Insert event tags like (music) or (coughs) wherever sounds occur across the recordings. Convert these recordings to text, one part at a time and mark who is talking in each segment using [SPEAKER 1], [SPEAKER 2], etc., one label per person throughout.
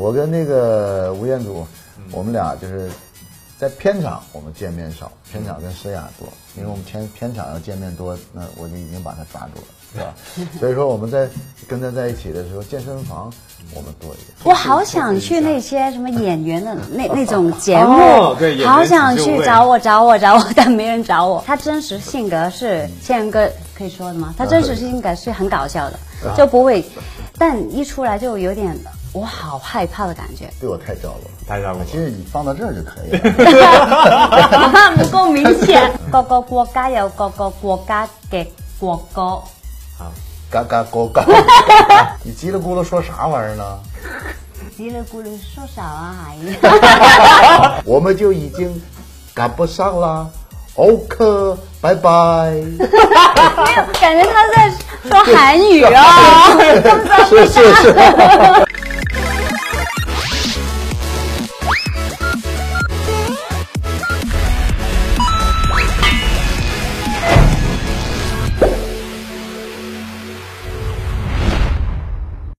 [SPEAKER 1] 我跟那个吴彦祖，我们俩就是在片场我们见面少，片场跟诗雅多，因为我们片片场要见面多，那我就已经把他抓住了，对吧？所以说我们在跟他在一起的时候，健身房我们多一点。
[SPEAKER 2] 我好想去那些什么演员的那那种节目，
[SPEAKER 3] 哦对演员
[SPEAKER 2] 好想
[SPEAKER 3] 请就
[SPEAKER 2] 去
[SPEAKER 3] 位
[SPEAKER 2] 找我找我找我， (laughs) 但没人找我。他真实性格是宪哥可以说的吗？他真实性格是很搞笑的，就不会，但一出来就有点我好害怕的感觉。 (laughs)
[SPEAKER 1] 对我太照顾了，
[SPEAKER 3] 太照顾了
[SPEAKER 1] 其实你放到这儿就可以了。
[SPEAKER 2] 唔够明显。各个国家有各个国家嘅国歌。
[SPEAKER 1] 嘎嘎咕嘎，你叽里咕噜说啥玩意儿呢？
[SPEAKER 2] 叽里咕噜说啥啊？ (laughs) 阿姨，
[SPEAKER 1] 我们就已经赶不上啦。OK，拜拜。
[SPEAKER 2] 感觉他在说韩语啊。
[SPEAKER 1] 是是是。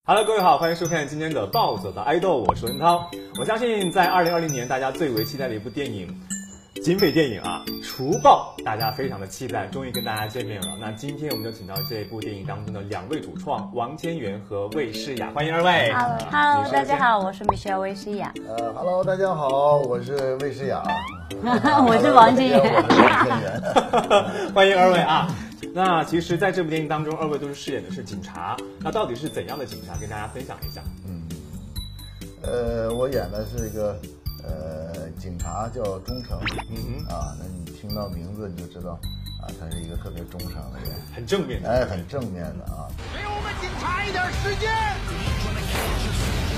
[SPEAKER 3] Hello，各位好，欢迎收看今天的《暴走的爱豆》，我是文涛。我相信在二零二零年，大家最为期待的一部电影。警匪电影啊，《除暴》，大家非常的期待，终于跟大家见面了。那今天我们就请到这部电影当中的两位主创王千源和魏诗雅，欢迎二位。
[SPEAKER 2] Hello，大家。好，我是 Michelle 啊薇诗雅，
[SPEAKER 1] 呃，Hello，大家好，我是魏诗雅，
[SPEAKER 2] (laughs) 我是
[SPEAKER 1] (laughs)
[SPEAKER 2] 王金源。
[SPEAKER 3] 欢迎二位啊！那其实，在这部电影当中，二位都是饰演的是警察。那到底是怎样的警察？跟大家分享一下。
[SPEAKER 1] 呃，我演的是一个呃警察，叫忠诚。
[SPEAKER 3] 嗯
[SPEAKER 1] 啊，那你听到名字你就知道啊，他是一个特别忠诚的人，
[SPEAKER 3] 哼，很正面的。
[SPEAKER 1] 哎，很正面的啊。
[SPEAKER 4] 给我们警察一点时间，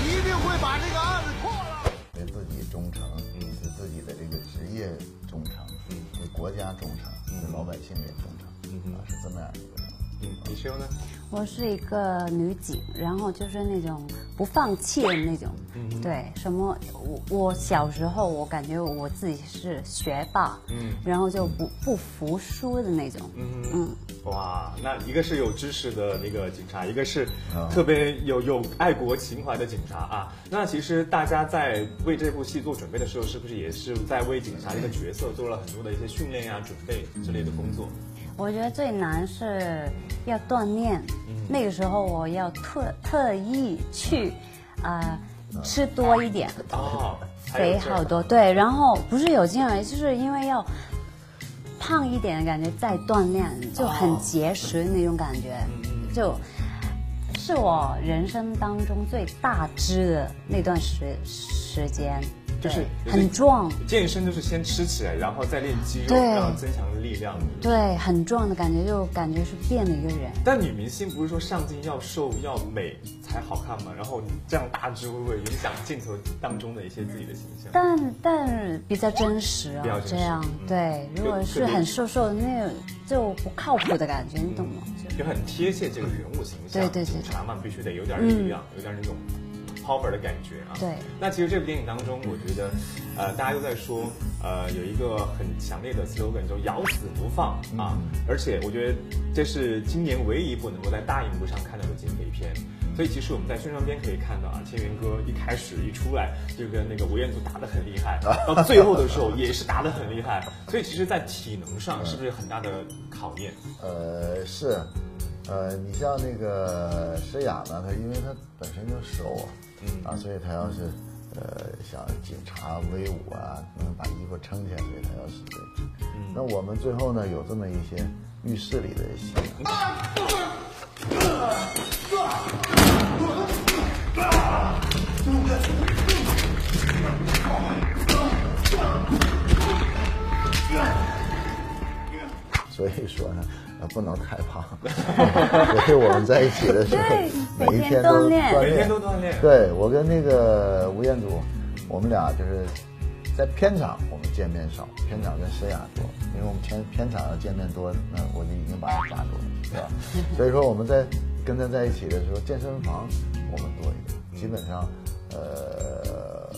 [SPEAKER 4] 一定会把这个案子破了。
[SPEAKER 1] 对自己忠诚，对自己的这个职业忠诚，对国家忠诚，对老百姓也忠诚，啊，是这么样一个人。
[SPEAKER 3] 嗯，你是呢？
[SPEAKER 2] 我是一个女警，然后就是那种不放弃的那种，对，什么我我小时候我感觉我自己是学霸，
[SPEAKER 3] 嗯
[SPEAKER 2] 然后就不不服输的那种，嗯，
[SPEAKER 3] 哇，那一个是有知识的那个警察，一个是特别有有爱国情怀的警察啊。那其实大家在为这部戏做准备的时候，是不是也是在为警察这个角色做了很多的一些训练呀、准备之类的工作？
[SPEAKER 2] 我觉得最难是要锻炼，那个时候我要特特意去，啊、吃多一点，
[SPEAKER 3] 哦，还有
[SPEAKER 2] 肥
[SPEAKER 3] 这个
[SPEAKER 2] 好多，对，然后不是有劲而已，就是因为要胖一点的感觉，再锻炼就很结实那种感觉，
[SPEAKER 3] 哦嗯
[SPEAKER 2] 就是我人生当中最大只的那段时时间，
[SPEAKER 3] 就
[SPEAKER 2] 对，
[SPEAKER 3] 是
[SPEAKER 2] 很壮，
[SPEAKER 3] 健身就是先吃起来，然后再练肌肉，
[SPEAKER 2] 对
[SPEAKER 3] 然后增强力量。
[SPEAKER 2] 对，很壮的感觉，就感觉是变了一个人。
[SPEAKER 3] 但女明星不是说上镜要瘦要美才好看吗？然后你这样大只会不会影响镜头当中的一些自己的形象？
[SPEAKER 2] 但但比较真实
[SPEAKER 3] 比较
[SPEAKER 2] 啊，
[SPEAKER 3] 真实
[SPEAKER 2] 这样
[SPEAKER 3] 嗯
[SPEAKER 2] 对。如果是很瘦瘦的，那就不靠谱的感觉，你懂吗？
[SPEAKER 3] 就很贴切这个人物形象。
[SPEAKER 2] 对对对嗯
[SPEAKER 3] 警察嘛，必须得有点力量，有点那种 power 的感觉啊。
[SPEAKER 2] 对
[SPEAKER 3] 那其实这部电影当中，我觉得，呃，大家都在说，呃，有一个很强烈的 slogan，就“咬死不放”
[SPEAKER 2] 嗯
[SPEAKER 3] 啊。而且我觉得这是今年唯一一部能够在大荧幕上看到的警匪片。所以其实我们在宣传片可以看到啊，千源哥一开始一出来就跟那个吴彦祖打得很厉
[SPEAKER 2] (laughs)
[SPEAKER 3] 害，到最后的时候也是打得很厉害。所以其实，在体能上是不是很大的考验？
[SPEAKER 1] 呃，是，呃，你像那个诗雅呢，她因为她本身就瘦啊，啊，所以她要是呃想警察威武啊，能把衣服撑起来，所以她要使劲。那我们最后呢，有这么一些浴室里的戏，所以说呢，呃，不能太胖。所以我们在一起的时候
[SPEAKER 2] 对，
[SPEAKER 1] 每一
[SPEAKER 2] 每天
[SPEAKER 1] 天都
[SPEAKER 2] 锻炼
[SPEAKER 1] 锻
[SPEAKER 3] 每
[SPEAKER 1] 炼
[SPEAKER 3] 天都锻炼。
[SPEAKER 1] 对我跟那个吴彦祖，我们俩就是在片场我们见面少，片场跟诗雅多，因为我们片片场要见面多，那我就已经把他抓住了，对吧？所以说我们在跟他在一起的时候，健身房我们多一点，基本上呃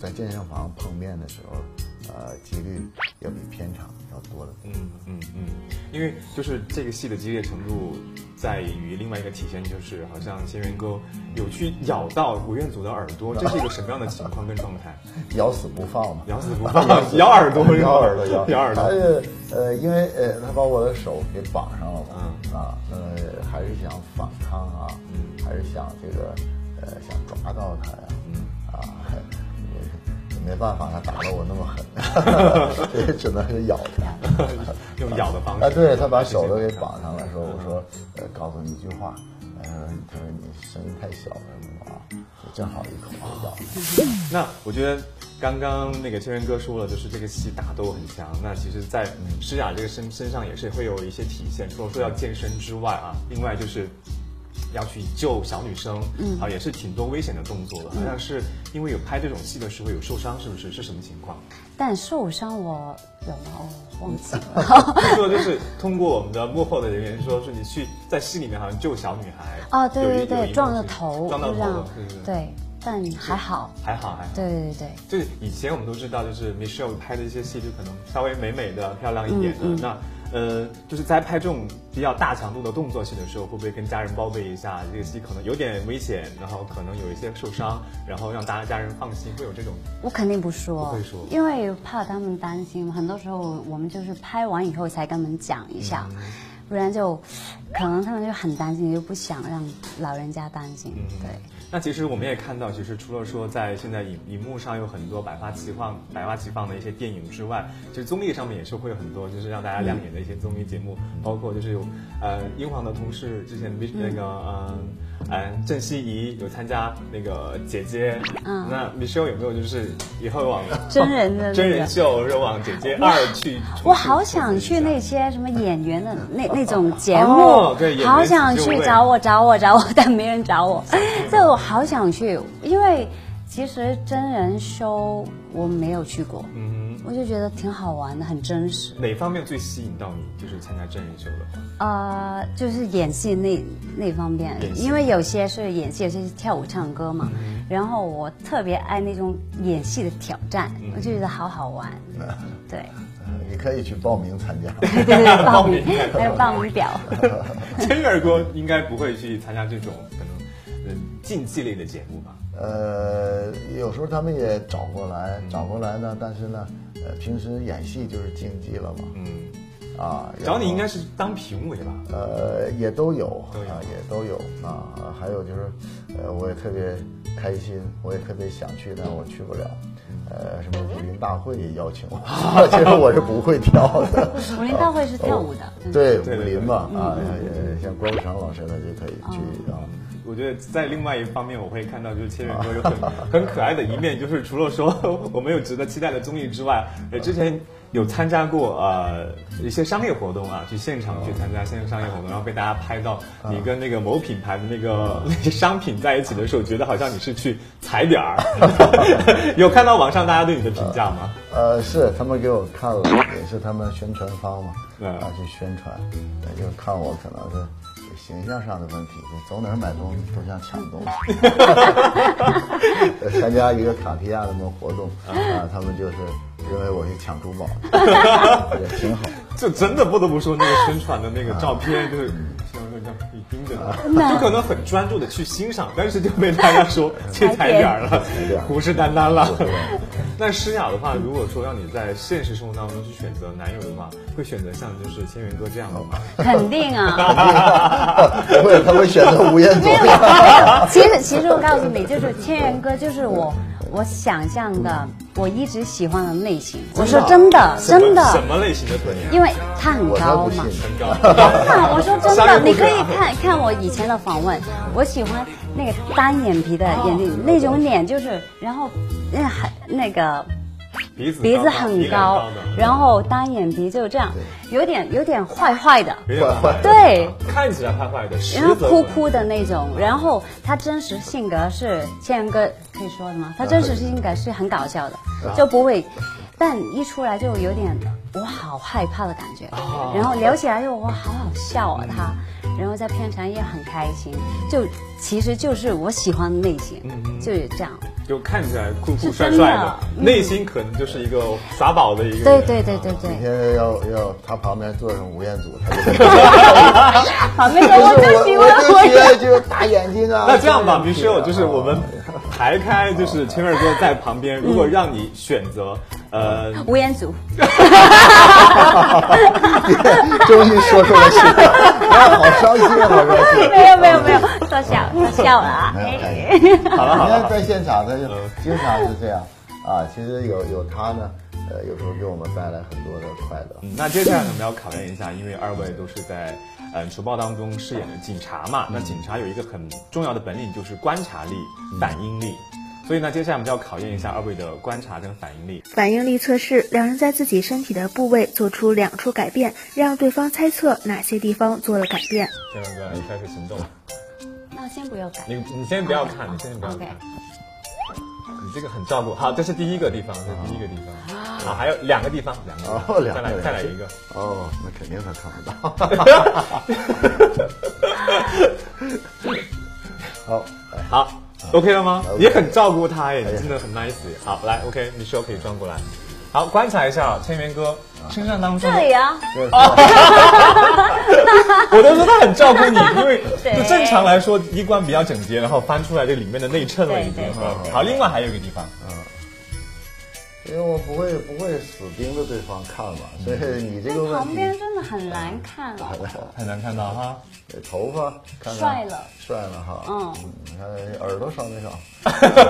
[SPEAKER 1] 在健身房碰面的时候，呃几率要比片场要多得多。
[SPEAKER 3] 嗯嗯嗯，因为就是这个戏的激烈程度，在于另外一个体现就是，好像仙源沟有去咬到吴彦祖的耳朵，这是一个什么样的情况跟状态？ (laughs)
[SPEAKER 1] 咬死不放嘛，
[SPEAKER 3] 咬死不放，咬耳朵，
[SPEAKER 1] (laughs) 咬耳朵，
[SPEAKER 3] (laughs) 咬耳
[SPEAKER 1] 他
[SPEAKER 3] 朵。
[SPEAKER 1] 是呃，因为呃，他把我的手给绑上了嘛，
[SPEAKER 3] 嗯
[SPEAKER 1] 啊，呃，还是想反抗啊，
[SPEAKER 3] 嗯
[SPEAKER 1] 还是想这个呃，想抓到他呀，啊， (laughs) 也没办法，他打得我那么狠，
[SPEAKER 3] (laughs)
[SPEAKER 1] 所以只能是咬他。
[SPEAKER 3] 用咬的方式
[SPEAKER 1] 啊，对他把手都给绑上了，说我说呃，告诉你一句话，呃，他说你声音太小了什么啊，就正好一口就咬了。
[SPEAKER 3] 那我觉得刚刚那个千源哥说了，就是这个戏打斗很强。那其实，在诗雅这个身身上也是会有一些体现，除了说要健身之外啊，另外就是。 (coughs) 要去救小女生，嗯，啊，也是挺多危险的动作的，好
[SPEAKER 2] 嗯
[SPEAKER 3] 像是因为有拍这种戏的时候有受伤，是不是？是什么情况？
[SPEAKER 2] 但受伤我有吗？哦，忘记了。
[SPEAKER 3] (laughs) 听说就是通过我们的幕后的人员说，是你去在戏里面好像救小女孩，
[SPEAKER 2] 哦，对
[SPEAKER 3] 有一
[SPEAKER 2] 对
[SPEAKER 3] 有一
[SPEAKER 2] 对，
[SPEAKER 3] 幕
[SPEAKER 2] 撞了
[SPEAKER 3] 是
[SPEAKER 2] 头，
[SPEAKER 3] 撞到
[SPEAKER 2] 就
[SPEAKER 3] 头
[SPEAKER 2] 这样
[SPEAKER 3] 了，对对，
[SPEAKER 2] 对，但还好，
[SPEAKER 3] 还好还好。
[SPEAKER 2] 对对对。
[SPEAKER 3] 就是以前我们都知道，就是 Michelle 拍的一些戏就可能稍微美美的、漂亮一点的。那呃，就是在拍这种比较大强度的动作戏的时候，会不会跟家人报备一下这个戏可能有点危险，然后可能有一些受伤，然后让大家家人放心，会有这种
[SPEAKER 2] 我肯定不说，
[SPEAKER 3] 不会说
[SPEAKER 2] 因为怕他们担心。很多时候我们就是拍完以后才跟他们讲一下，
[SPEAKER 3] 嗯
[SPEAKER 2] 不然就可能他们就很担心，就不想让老人家担心。
[SPEAKER 3] 嗯
[SPEAKER 2] 对，
[SPEAKER 3] 那其实我们也看到，其实除了说在现在荧荧幕上有很多百花齐放、百花齐放的一些电影之外，其实综艺上面也是会有很多就是让大家亮眼的一些综艺节目，
[SPEAKER 2] 嗯
[SPEAKER 3] 包括就是有呃英皇的同事之前的那个呃呃郑希怡有参加那个姐姐，
[SPEAKER 2] 嗯
[SPEAKER 3] 那 Michelle 有没有就是以后往
[SPEAKER 2] (laughs) 真人的那
[SPEAKER 3] (laughs)
[SPEAKER 2] 个
[SPEAKER 3] 真人秀，是往姐姐二去？
[SPEAKER 2] 我好想去那些什么演员的那那种节目，
[SPEAKER 3] 哦对演员
[SPEAKER 2] 好想
[SPEAKER 3] 请就
[SPEAKER 2] 去
[SPEAKER 3] 位
[SPEAKER 2] 找我找我找我，但没人找我，这 (laughs) 我好想去，因为其实真人 show 我没有去过，
[SPEAKER 3] 嗯
[SPEAKER 2] 我就觉得挺好玩的，很真实。
[SPEAKER 3] 哪方面最吸引到你？就是参加真人秀的话，
[SPEAKER 2] 呃，就是演戏那那方面
[SPEAKER 3] 嗯演，戏嗯
[SPEAKER 2] 因为有些是演戏，有些是跳舞唱歌嘛。然后我特别爱那种演戏的挑战，
[SPEAKER 3] 嗯
[SPEAKER 2] 我就觉得好好玩。
[SPEAKER 3] (laughs)
[SPEAKER 2] 对，
[SPEAKER 1] 呃你可以去报名参加。
[SPEAKER 2] 对对对，
[SPEAKER 3] 报
[SPEAKER 2] 报
[SPEAKER 3] 名
[SPEAKER 2] 名还有报名表。
[SPEAKER 3] (laughs) 千源哥应该不会去参加这种可能嗯竞技类的节目吧？
[SPEAKER 1] 呃，有时候他们也找过来，
[SPEAKER 3] 嗯
[SPEAKER 1] 找过来呢，但是呢，呃，平时演戏就是竞技了嘛，
[SPEAKER 3] 嗯，
[SPEAKER 1] 啊，然后
[SPEAKER 3] 找你应该是当评委吧？
[SPEAKER 1] 呃也都有
[SPEAKER 3] 都有
[SPEAKER 1] 啊，也都有啊，还有就是，呃，我也特别开心，我也特别想去，但我去不了。呃，什么武林大会也邀请我， (laughs) 啊其实我是不会跳的。 (laughs)
[SPEAKER 2] 武林大会是跳舞的，嗯
[SPEAKER 1] 哦对
[SPEAKER 3] 对
[SPEAKER 1] 武
[SPEAKER 3] 对嗯
[SPEAKER 1] 林嘛啊，呃像关武强老师他就可以去啊。
[SPEAKER 3] 我觉得在另外一方面，我会看到就是千源哥有很很可爱的一面，就是除了说 (laughs) 我们有值得期待的综艺之外，呃，之前有参加过呃一些商业活动啊，去现场去参加现场商业活动，然后被大家拍到你跟那个某品牌的那个 (laughs) 那些商品在一起的时候，觉得好像你是去踩点儿， (laughs) 有看到网上大家对你的评价吗？
[SPEAKER 1] 呃，是他们给我看了，也是他们宣传方嘛，
[SPEAKER 3] 嗯
[SPEAKER 1] 啊去宣传，呃就看我可能是形象上的问题，走哪儿买东西都像抢东西。 (laughs) 呃参加一个卡地亚的什么活动
[SPEAKER 3] 嗯
[SPEAKER 1] 啊，他们就是认为我去抢珠宝，也挺好。
[SPEAKER 3] 这真的不得不说，那个宣传的那个照片，就是像那个你盯着
[SPEAKER 2] 的
[SPEAKER 3] 他，就可能很专注的去欣赏，但是就被大家说去踩点儿了
[SPEAKER 1] 点，
[SPEAKER 3] 虎视眈眈了。那诗雅的话，如果说让你在现实生活当中去选择男友的话，会选择像就是千源哥这样的吗？
[SPEAKER 2] 肯定
[SPEAKER 1] (laughs)
[SPEAKER 2] 啊。
[SPEAKER 1] (laughs) 不会，他们选择吴彦祖
[SPEAKER 2] 没。有，没有。其实，其实我 (laughs) 告诉你，就是千人哥，就是我我想象的，我一直喜欢的类型。
[SPEAKER 1] 啊
[SPEAKER 2] 我说真的，真
[SPEAKER 3] 什
[SPEAKER 2] 的，
[SPEAKER 3] 么类型的臀颜？
[SPEAKER 2] 因为他很
[SPEAKER 1] 我才
[SPEAKER 2] 高
[SPEAKER 1] 不
[SPEAKER 2] 嘛。
[SPEAKER 1] 信
[SPEAKER 3] 很高。
[SPEAKER 2] 真的， (laughs) 我说真
[SPEAKER 3] 商业
[SPEAKER 2] 的，
[SPEAKER 3] 故事啊
[SPEAKER 2] 你可以看看我以前的访问，我喜欢那个单眼皮的眼睛，那种脸就是，然后那还那个
[SPEAKER 3] 鼻子
[SPEAKER 2] 鼻
[SPEAKER 3] 高
[SPEAKER 2] 子
[SPEAKER 3] 吗
[SPEAKER 2] 很
[SPEAKER 3] 鼻梁
[SPEAKER 2] 高，
[SPEAKER 3] 的
[SPEAKER 2] 然后单眼皮就这样，有点有点坏坏的，
[SPEAKER 3] 有点坏，
[SPEAKER 2] 对，
[SPEAKER 3] 看起来坏坏的，实
[SPEAKER 2] 然后
[SPEAKER 3] 则
[SPEAKER 2] 哭
[SPEAKER 3] 不
[SPEAKER 2] 哭的那种，然后他真实性格是千人哥可以说的吗？他真实性格是很搞笑的，就不会，但一出来就有点我好害怕的感觉，然后聊起来又我好好笑啊他，然后在片场也很开心，就其实就是我喜欢的类型，
[SPEAKER 3] 嗯
[SPEAKER 2] 就是这样。
[SPEAKER 3] 就看起来酷酷
[SPEAKER 2] 是
[SPEAKER 3] 帅
[SPEAKER 2] 真
[SPEAKER 3] 帅
[SPEAKER 2] 的嗯
[SPEAKER 3] 内心可能就是一个撒宝的一个
[SPEAKER 2] 对
[SPEAKER 3] 人
[SPEAKER 2] 对对对
[SPEAKER 1] 今
[SPEAKER 2] 对，
[SPEAKER 1] 天要要他旁边坐上吴彦祖，他就
[SPEAKER 2] 旁边说我就喜
[SPEAKER 1] (laughs)
[SPEAKER 2] 欢
[SPEAKER 1] 我就喜欢就是大眼睛啊。
[SPEAKER 3] 那这样吧，
[SPEAKER 1] 大眼睛啊
[SPEAKER 3] 于是我就是我们排开，就是千儿哥在旁边。如果让你选择，呃，
[SPEAKER 2] 吴彦祖，
[SPEAKER 1] (laughs) 终于说出来是吧，哎，好伤心，啊，好伤心。
[SPEAKER 2] 没有没有没有，说笑说笑了啊，
[SPEAKER 1] (laughs) 没有开
[SPEAKER 2] 哎
[SPEAKER 1] 心。
[SPEAKER 3] 好了好
[SPEAKER 1] 你看
[SPEAKER 3] 了，
[SPEAKER 1] 在现场呢，就
[SPEAKER 3] 嗯
[SPEAKER 1] 经常是这样啊。其实有有他呢，呃，有时候给我们带来很多的快乐。
[SPEAKER 3] 嗯那接下来我们要考验一下，因为二位都是在呃球报当中饰演的警察嘛，那警察有一个很重要的本领就是观察力、反应力，所以呢，接下来我们就要考验一下二位的观察跟反应力。
[SPEAKER 5] 反应力测试，两人在自己身体的部位做出两处改变，让对方猜测哪些地方做了改变。
[SPEAKER 3] 千儿哥开始行动，
[SPEAKER 2] 那先不要改，
[SPEAKER 3] 你你先不要看，你先不要看
[SPEAKER 2] OK。
[SPEAKER 3] 你这个很照顾，好，这是第一个地方，这是第一个地方，好，还有两个地方，两个地方，
[SPEAKER 1] 哦两
[SPEAKER 3] 再
[SPEAKER 1] 个
[SPEAKER 3] 来再来
[SPEAKER 1] 两个
[SPEAKER 3] 一个，
[SPEAKER 1] 哦，那肯定他看不到。 (laughs) 好，哎
[SPEAKER 3] 好，OK 了吗？
[SPEAKER 1] OK 哎
[SPEAKER 3] 也很照顾他耶，
[SPEAKER 1] 呀
[SPEAKER 3] 真的很 nice 耶。好，来，OK，你手可以转过来。好，观察一下千元哥
[SPEAKER 1] 嗯
[SPEAKER 3] 身上当中，
[SPEAKER 2] 这里啊，
[SPEAKER 1] 这
[SPEAKER 3] 我都说他很照
[SPEAKER 2] (laughs)
[SPEAKER 3] 顾你，因为
[SPEAKER 2] 对
[SPEAKER 3] 就正常来说衣冠比较整洁，然后翻出来这里面的内衬了已经
[SPEAKER 2] 对对。
[SPEAKER 1] 对
[SPEAKER 3] 好，另外还有一个地方，
[SPEAKER 1] 因为我不会不会死盯着对方看嘛，所以你这个问
[SPEAKER 2] 旁
[SPEAKER 1] 题，
[SPEAKER 2] 边真的很难看了， (laughs)
[SPEAKER 1] (laughs)
[SPEAKER 3] 很难看到哈。
[SPEAKER 1] 头发看看
[SPEAKER 2] 帅了，
[SPEAKER 1] 帅了哈，
[SPEAKER 2] 嗯，
[SPEAKER 1] 你看耳朵少没少，
[SPEAKER 2] (laughs)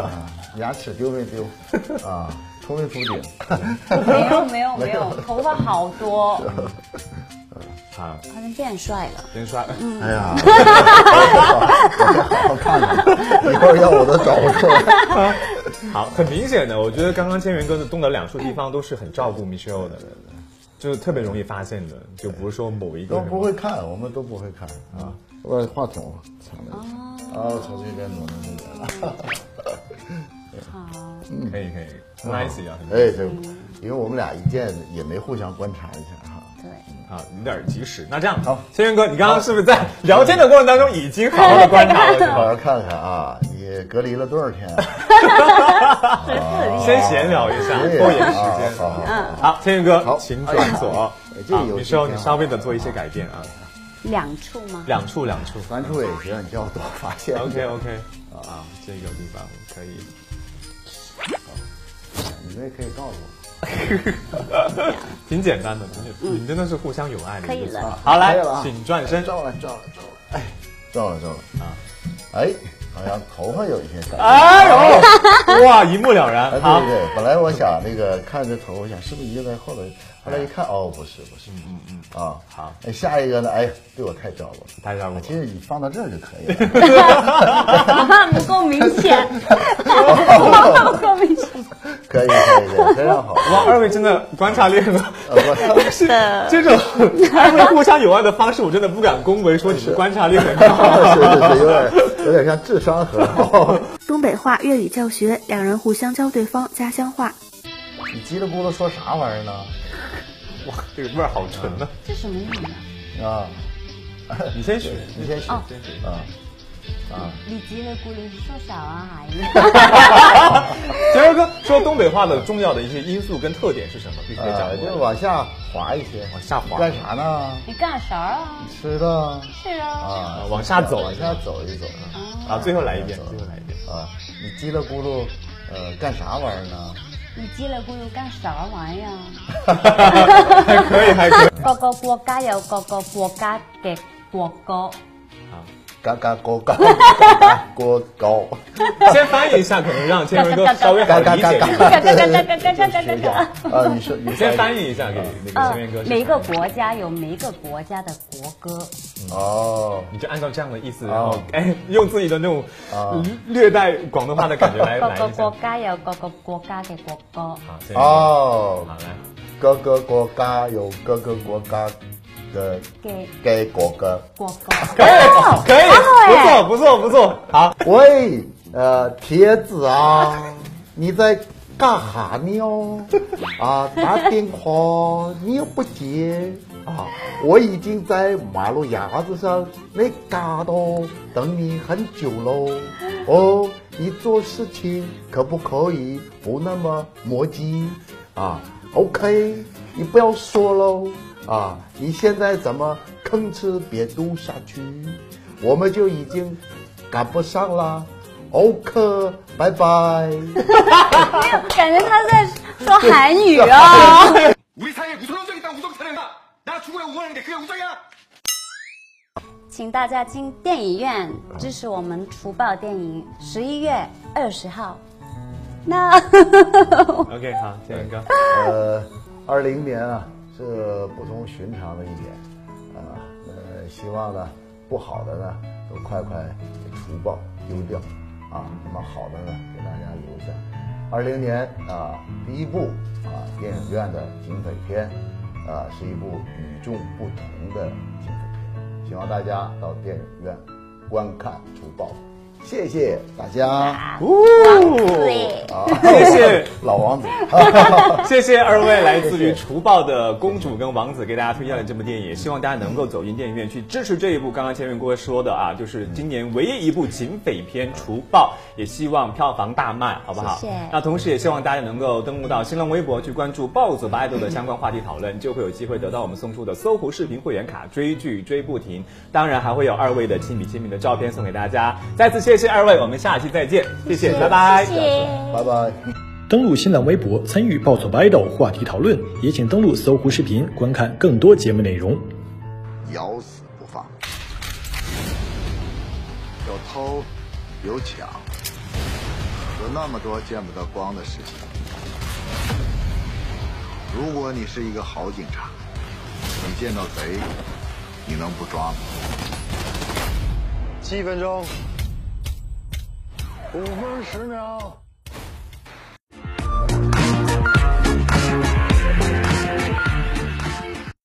[SPEAKER 1] 啊，牙齿丢没丢，啊，秃没秃顶，
[SPEAKER 2] 没有没有没有，头发好多，
[SPEAKER 3] 好，
[SPEAKER 2] 好像变帅了。
[SPEAKER 3] 先刷，
[SPEAKER 2] 嗯
[SPEAKER 1] 哎
[SPEAKER 2] (laughs)
[SPEAKER 1] 呀，我得好好看啊看，一会儿要我都找不出来。
[SPEAKER 3] 好，很明显的，我觉得刚刚千元哥的动的两处地方都是很照顾 Michelle 的，就是特别容易发现的，就不是说某一个
[SPEAKER 1] 都
[SPEAKER 3] 人
[SPEAKER 1] 不会看，我们都不会看
[SPEAKER 2] 嗯
[SPEAKER 1] 啊。我话筒藏那里，
[SPEAKER 2] 哦
[SPEAKER 1] 啊，从这边挪到这边了。
[SPEAKER 3] 可以可以，nice 啊，很
[SPEAKER 1] 哎，这
[SPEAKER 2] 嗯
[SPEAKER 1] 因为我们俩一见也没互相观察一下哈。
[SPEAKER 2] 对，
[SPEAKER 3] 啊，有点及时。那这样，
[SPEAKER 1] 好
[SPEAKER 3] 千元哥，你刚刚是不是在聊天的过程当中已经好好的观察了？是
[SPEAKER 2] (laughs)
[SPEAKER 1] 好
[SPEAKER 3] 吧
[SPEAKER 1] 好看看啊，你隔离了多少天啊？
[SPEAKER 3] 先闲聊一下，
[SPEAKER 1] 对 (laughs)
[SPEAKER 3] 拖延时
[SPEAKER 1] 啊
[SPEAKER 3] 间。
[SPEAKER 1] 好好好
[SPEAKER 3] 好，千元哥，
[SPEAKER 1] 好
[SPEAKER 3] 请转左。啊
[SPEAKER 1] 哎这个游戏
[SPEAKER 3] 你说
[SPEAKER 1] 挺
[SPEAKER 3] 你
[SPEAKER 1] 好
[SPEAKER 3] 稍微的做一些改变啊，
[SPEAKER 2] 两处
[SPEAKER 3] (laughs)
[SPEAKER 2] 吗？
[SPEAKER 3] 两处两处。
[SPEAKER 1] 关注也行，你叫我多发现。 (laughs)
[SPEAKER 3] OK OK，啊，这个地方可以。
[SPEAKER 1] 你那可以告诉我。
[SPEAKER 3] 挺简单的，挺简你真的是互相有爱的。
[SPEAKER 2] 嗯可以了
[SPEAKER 3] 啊好，来
[SPEAKER 1] 可以了，啊
[SPEAKER 3] 请转身。
[SPEAKER 1] 照了照了照了，哎，照了照了啊，哎，好像头发有一些改变。
[SPEAKER 3] 哎呦，哇，一目了然。
[SPEAKER 1] 啊，
[SPEAKER 3] 好
[SPEAKER 1] 对，对对，本来我想那个看这头，我想是不是一个在后头，后来一看，哦，不是不是，嗯嗯嗯，啊，
[SPEAKER 3] 好，
[SPEAKER 1] 哎，下一个呢，哎呀，对我太照顾了，
[SPEAKER 3] 太照顾了
[SPEAKER 1] 其实你放到这儿就可以 (laughs) 了，
[SPEAKER 2] 不够明显，不够明显。
[SPEAKER 1] 可以可以可以，非常好，
[SPEAKER 3] 哇，二位真的观察力很好。
[SPEAKER 1] 呃我
[SPEAKER 3] 是 (laughs) 这种二位互相友爱的方式，我真的不敢恭维说你们观察力很好。
[SPEAKER 1] 是是是，有点有点像智商很好，
[SPEAKER 5] 东北话、粤语教学，两人互相教对方家乡话。
[SPEAKER 1] 你叽里咕噜说啥玩意儿呢？
[SPEAKER 3] (laughs) 哇，这个味儿好纯啊！
[SPEAKER 2] 这什么样的？
[SPEAKER 1] 啊
[SPEAKER 3] 你先选，
[SPEAKER 1] 你先选
[SPEAKER 2] 哦
[SPEAKER 3] 你先选。
[SPEAKER 1] 啊啊，
[SPEAKER 2] 你叽里咕噜说啥啊？
[SPEAKER 3] 杰儿哥说东北话的重要的一些因素跟特点是什么？必须得
[SPEAKER 1] 啊
[SPEAKER 3] 讲，出
[SPEAKER 1] 就
[SPEAKER 3] 来。
[SPEAKER 1] 往下滑一些，
[SPEAKER 3] 往下滑
[SPEAKER 1] 干啥呢？
[SPEAKER 2] 你干啥啊？
[SPEAKER 1] 吃的啊
[SPEAKER 2] 是啊，
[SPEAKER 1] 啊，
[SPEAKER 3] 往下走
[SPEAKER 1] 往下走一走啊。
[SPEAKER 3] 啊，最后来一遍，最后来一遍。
[SPEAKER 1] 啊，你叽里咕噜，呃，干啥玩意儿呢？
[SPEAKER 2] 你叽里咕噜干啥玩意儿？
[SPEAKER 3] 还 (laughs) 可以，还可以。
[SPEAKER 2] 各个国家有各个国家嘅国歌，
[SPEAKER 3] 好，
[SPEAKER 1] 嘎嘎锅
[SPEAKER 3] (laughs)
[SPEAKER 1] 高，嘎嘎锅高，
[SPEAKER 3] 先翻译一下，可能让千儿哥稍微
[SPEAKER 1] 嘎
[SPEAKER 3] 好
[SPEAKER 1] 嘎
[SPEAKER 3] 理
[SPEAKER 1] 嘎
[SPEAKER 3] 解一
[SPEAKER 1] 嘎
[SPEAKER 3] 点。
[SPEAKER 1] 嘎嘎嘎嘎嘎嘎啊，你说，你
[SPEAKER 3] 你先翻
[SPEAKER 1] 译
[SPEAKER 3] 译一下给那个
[SPEAKER 2] 呃
[SPEAKER 3] 千元哥。，
[SPEAKER 2] 每个国家有每个国家的国歌。
[SPEAKER 1] 哦，
[SPEAKER 3] 你就按照这样的意思，
[SPEAKER 1] 哦
[SPEAKER 3] 然后哎，用自己的那种
[SPEAKER 1] 哦
[SPEAKER 3] 略带广东话的感觉来
[SPEAKER 2] 各
[SPEAKER 3] 来
[SPEAKER 2] 个
[SPEAKER 3] 一下
[SPEAKER 2] 国。家有各个国家嘅国歌。
[SPEAKER 3] 好，千元哥，
[SPEAKER 1] 哦，
[SPEAKER 3] 好来。
[SPEAKER 1] 各个国家有各个国家的
[SPEAKER 2] 给
[SPEAKER 1] 给国歌。
[SPEAKER 2] 国歌。
[SPEAKER 3] 可以，可以，不
[SPEAKER 2] 哎
[SPEAKER 3] 错，不错，不错。好，
[SPEAKER 1] (laughs) 喂，呃，铁子啊，你在 (laughs) 干哈呢？哦，啊，打电话你又不接，啊，我已经在马路牙子上那嘎达等你很久喽。哦，你做事情可不可以不那么磨叽啊？OK，你不要说喽啊！你现在怎么吭哧瘪肚下去？我们就已经赶不上啦。OK，拜拜。
[SPEAKER 2] 感觉他在说韩语哦。
[SPEAKER 4] 우리 사이에 구설원적 있다 우성차량이다 나 죽어야 우선하는데 그게 우성이야
[SPEAKER 2] 请大家进电影院支持我们除暴电影，十一月二十号。那
[SPEAKER 3] OK，好，建文哥，
[SPEAKER 1] 呃，二零年啊是不同寻常的一年，啊，呃，希望呢不好的呢都快快给除暴丢掉，啊，那么好的呢给大家留下。二零年啊，第一部啊电影院的警匪片，啊是一部与众不同的警匪片，希望大家到电影院观看除暴，谢谢大家，
[SPEAKER 2] 对，
[SPEAKER 3] 哦谢谢。
[SPEAKER 1] (laughs) 老王子。
[SPEAKER 3] 谢谢二位来自于《除暴》的公主跟王子给大家推荐了这部电影，也希望大家能够走进电影院去支持这一部。刚刚前面郭说的啊，就是今年唯一一部警匪片《除暴》，也希望票房大卖，好不好？
[SPEAKER 2] 谢谢
[SPEAKER 3] 那同时也希望大家能够登录到新浪微博去关注“暴走吧爱豆”的相关话题讨论，就会有机会得到我们送出的搜狐视频会员卡，追剧追不停。当然还会有二位的亲笔签名的照片送给大家。再次谢谢二位，我们下期再见，谢谢，拜拜。
[SPEAKER 2] 谢谢。
[SPEAKER 1] 拜拜。
[SPEAKER 6] 登录新浪微博参与暴走吧 idol 话题讨论，也请登录搜狐视频观看更多节目内容。
[SPEAKER 1] 咬死不放。有偷，有抢，有那么多见不得光的事情。如果你是一个好警察，你见到贼，你能不抓吗？七分钟，五分十秒。